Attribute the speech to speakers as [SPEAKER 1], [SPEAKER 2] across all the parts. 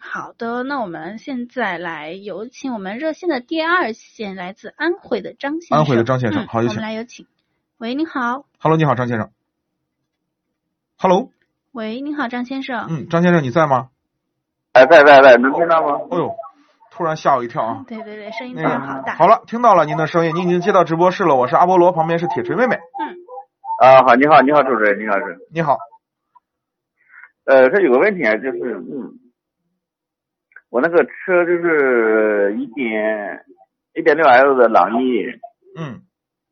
[SPEAKER 1] 好的，那我们现在来有请我们热线的第二线，来自安徽的张先生。
[SPEAKER 2] 安徽的张先生
[SPEAKER 1] 嗯
[SPEAKER 2] 好有
[SPEAKER 1] 我
[SPEAKER 2] 请
[SPEAKER 1] 们来有请。喂，你好。
[SPEAKER 2] Hello，你好，张先生。Hello，
[SPEAKER 1] 喂，你好，张先生。
[SPEAKER 2] 嗯，张先生你在吗？
[SPEAKER 3] 哎，在在在，能听到吗？
[SPEAKER 2] 哦呦，突然吓我一跳啊！
[SPEAKER 1] 对对对，声音非
[SPEAKER 2] 那
[SPEAKER 1] 常嗯好
[SPEAKER 2] 个
[SPEAKER 1] 大。
[SPEAKER 2] 好了，听到了您的声音，您已经接到直播室了。我是阿波罗，旁边是铁锤妹妹。
[SPEAKER 3] 啊，好，你好，你好，主持人，你好，主持人。
[SPEAKER 2] 你好，
[SPEAKER 3] 呃，这有个问题啊，就是，嗯，我那个车就是一点一点六 L 的朗逸，
[SPEAKER 2] 嗯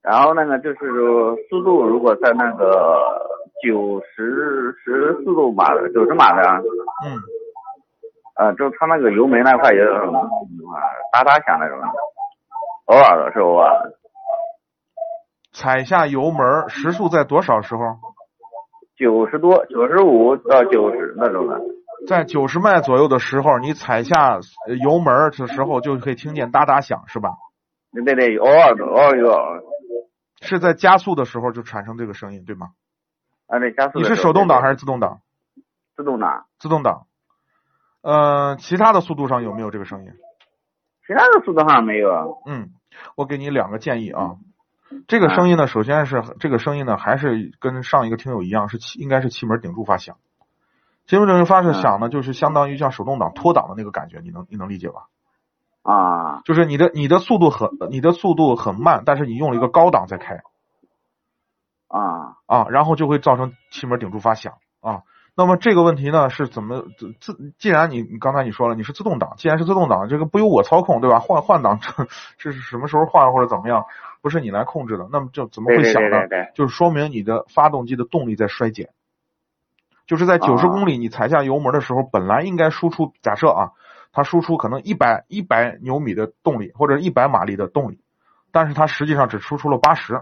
[SPEAKER 3] 然后那个就是说速度如果在那个九十十速度码的九十码的啊，
[SPEAKER 2] 嗯，
[SPEAKER 3] 呃，就它那个油门那块有点哒哒响那种，偶尔的是啊偶尔的，
[SPEAKER 2] 踩下油门儿时速在多少时候？
[SPEAKER 3] 九十多九十五到九十那种的。
[SPEAKER 2] 在九十迈左右的时候，你踩下呃油门儿的时候就可以听见哒哒响，是吧？
[SPEAKER 3] 对对对，偶尔的偶尔有，
[SPEAKER 2] 是在加速的时候就产生这个声音，对吗？
[SPEAKER 3] 啊对，加速
[SPEAKER 2] 你
[SPEAKER 3] 的
[SPEAKER 2] 是
[SPEAKER 3] 时候
[SPEAKER 2] 手动
[SPEAKER 3] 对
[SPEAKER 2] 挡还是自动挡？
[SPEAKER 3] 自动挡？
[SPEAKER 2] 自动挡。呃，其他的速度上有没有这个声音？
[SPEAKER 3] 其他的速度上没有。
[SPEAKER 2] 嗯，我给你两个建议啊。这个声音呢，首先是这个声音呢，还是跟上一个听友一样，是气应该是气门顶住发响。气门顶住发射响呢，就是相当于像手动挡脱档的那个感觉，你能你能理解吧？
[SPEAKER 3] 啊
[SPEAKER 2] 就是你的你的速度很你的速度很慢，但是你用了一个高档在开
[SPEAKER 3] 啊
[SPEAKER 2] 啊，然后就会造成气门顶住发响啊。那么这个问题呢是怎么自自？既然你你刚才你说了你是自动挡，既然是自动挡，这个不由我操控对吧？换换挡这这是什么时候换或者怎么样，不是你来控制的，那么这怎么
[SPEAKER 3] 对
[SPEAKER 2] 会啊
[SPEAKER 3] 对
[SPEAKER 2] 响呢？
[SPEAKER 3] 对对对，
[SPEAKER 2] 就是说明你的发动机的动力在衰减，就是在九十
[SPEAKER 3] 啊
[SPEAKER 2] 公里你踩下油门的时候，本来应该输出，假设啊，它输出可能一百一百牛米的动力或者一百马力的动力，但是它实际上只输出了八十，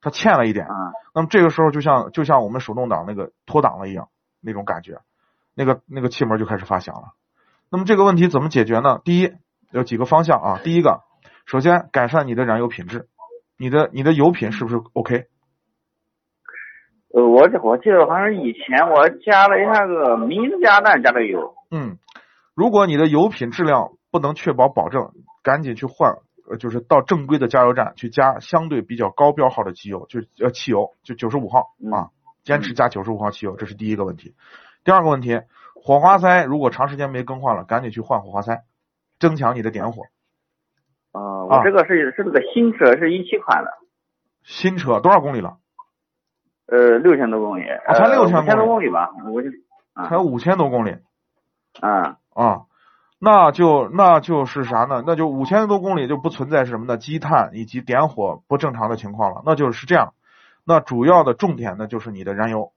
[SPEAKER 2] 它欠了一点。
[SPEAKER 3] 啊
[SPEAKER 2] 那么这个时候就像就像我们手动挡那个脱档了一样那种感觉，那个那个气门就开始发响了。那么这个问题怎么解决呢？第一有几个方向啊，第一个，首先改善你的燃油品质，你的你的油品是不是 OK？
[SPEAKER 3] 呃，我我记得好像是以前我加了一下个明加氮加的油。
[SPEAKER 2] 嗯，如果你的油品质量不能确保保证，赶紧去换，呃，就是到正规的加油站去加相对比较高标号的机油，就是呃汽油，就九十五号啊，坚持加九十五号汽油，这是第一个问题。第二个问题，火花塞如果长时间没更换了，赶紧去换火花塞，增强你的点火。
[SPEAKER 3] 啊，
[SPEAKER 2] 啊
[SPEAKER 3] 我这个是是个新车，是一七款的，
[SPEAKER 2] 新车多少公里了？
[SPEAKER 3] 呃，六千多公里，
[SPEAKER 2] 啊
[SPEAKER 3] 呃
[SPEAKER 2] 才6000
[SPEAKER 3] 千多
[SPEAKER 2] 公
[SPEAKER 3] 公里吧，我就
[SPEAKER 2] 才五千多公里
[SPEAKER 3] 啊
[SPEAKER 2] 啊。那就那就是啥呢？那就五千多公里就不存在是什么呢？积碳以及点火不正常的情况了。那就是这样。那主要的重点呢，就是你的燃油，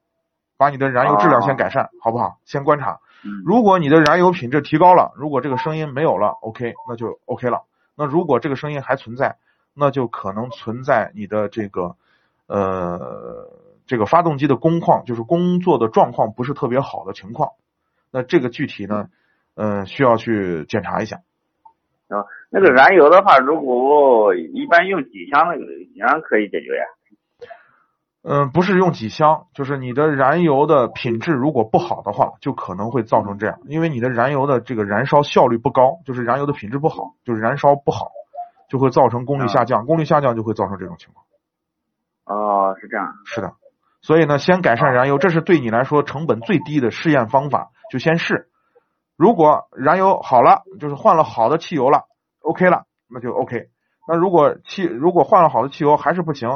[SPEAKER 2] 把你的燃油质量先改善，好不好？先观察。
[SPEAKER 3] 嗯
[SPEAKER 2] 如果你的燃油品质提高了，如果这个声音没有了，OK，那就 OK 了。那如果这个声音还存在，那就可能存在你的这个呃这个发动机的工况，就是工作的状况不是特别好的情况。那这个具体呢，呃，需要去检查一下。
[SPEAKER 3] 那个燃油的话，如果一般用几箱那个几箱可以解决呀？
[SPEAKER 2] 嗯，不是用几箱，就是你的燃油的品质如果不好的话，就可能会造成这样，因为你的燃油的这个燃烧效率不高，就是燃油的品质不好，就是燃烧不好，就会造成功率下降，功率下降就会造成这种情况。
[SPEAKER 3] 哦，是这样。
[SPEAKER 2] 是的，所以呢，先改善燃油，这是对你来说成本最低的试验方法，就先试。如果燃油好了，就是换了好的汽油了，OK 了，那就 OK。那如果汽如果换了好的汽油还是不行，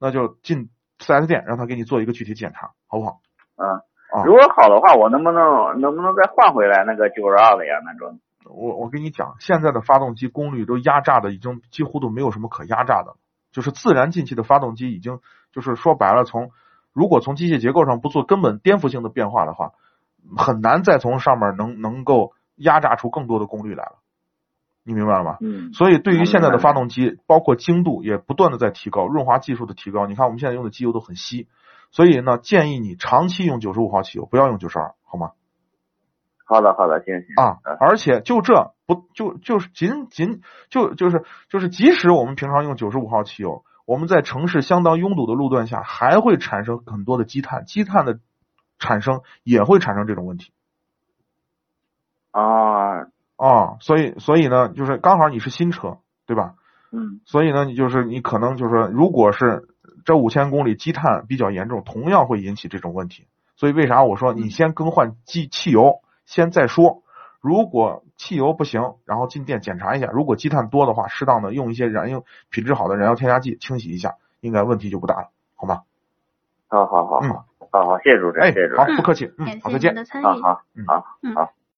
[SPEAKER 2] 那就进 4S 店让他给你做一个具体检查，好不好？
[SPEAKER 3] 嗯
[SPEAKER 2] 啊，
[SPEAKER 3] 如果好的话，我能不能能不能再换回来那个九十二的呀？那种
[SPEAKER 2] 我我跟你讲，现在的发动机功率都压榨的已经几乎都没有什么可压榨的了，就是自然进气的发动机已经就是说白了从，如果从机械结构上不做根本颠覆性的变化的话，很难再从上面能能够压榨出更多的功率来了，你明白了吗？
[SPEAKER 3] 嗯
[SPEAKER 2] 所以对于现在的发动机，包括精度也不断的在提高，润滑技术的提高。你看我们现在用的机油都很稀，所以呢，建议你长期用九十五号汽油，不要用九十二，好吗？
[SPEAKER 3] 好的，好的，行行
[SPEAKER 2] 啊
[SPEAKER 3] 嗯，
[SPEAKER 2] 而且就这不就就是仅仅就就是就是，即使我们平常用九十五号汽油，我们在城市相当拥堵的路段下，还会产生很多的积碳，积碳的产生也会产生这种问题。
[SPEAKER 3] 啊，
[SPEAKER 2] 啊，所以所以呢，就是刚好你是新车，对吧？
[SPEAKER 3] 嗯
[SPEAKER 2] 所以呢，你就是你可能就是说，如果是这五千公里积碳比较严重，同样会引起这种问题。所以为啥我
[SPEAKER 3] 嗯
[SPEAKER 2] 说你先更换机汽油，先再说。如果汽油不行，然后进店检查一下，如果积碳多的话，适当的用一些燃油品质好的燃油添加剂清洗一下，应该问题就不大了，好吗？
[SPEAKER 3] 好好好
[SPEAKER 2] 嗯
[SPEAKER 3] 好好好，谢谢主持
[SPEAKER 2] 哎
[SPEAKER 3] 人，谢谢主，持
[SPEAKER 2] 好
[SPEAKER 3] 人，，
[SPEAKER 2] 不客气，
[SPEAKER 1] 感
[SPEAKER 2] 嗯，
[SPEAKER 1] 谢
[SPEAKER 2] 好，再
[SPEAKER 1] 您
[SPEAKER 2] 见。
[SPEAKER 1] 的参与。
[SPEAKER 3] 嗯哎啊好
[SPEAKER 2] 嗯
[SPEAKER 3] 好好，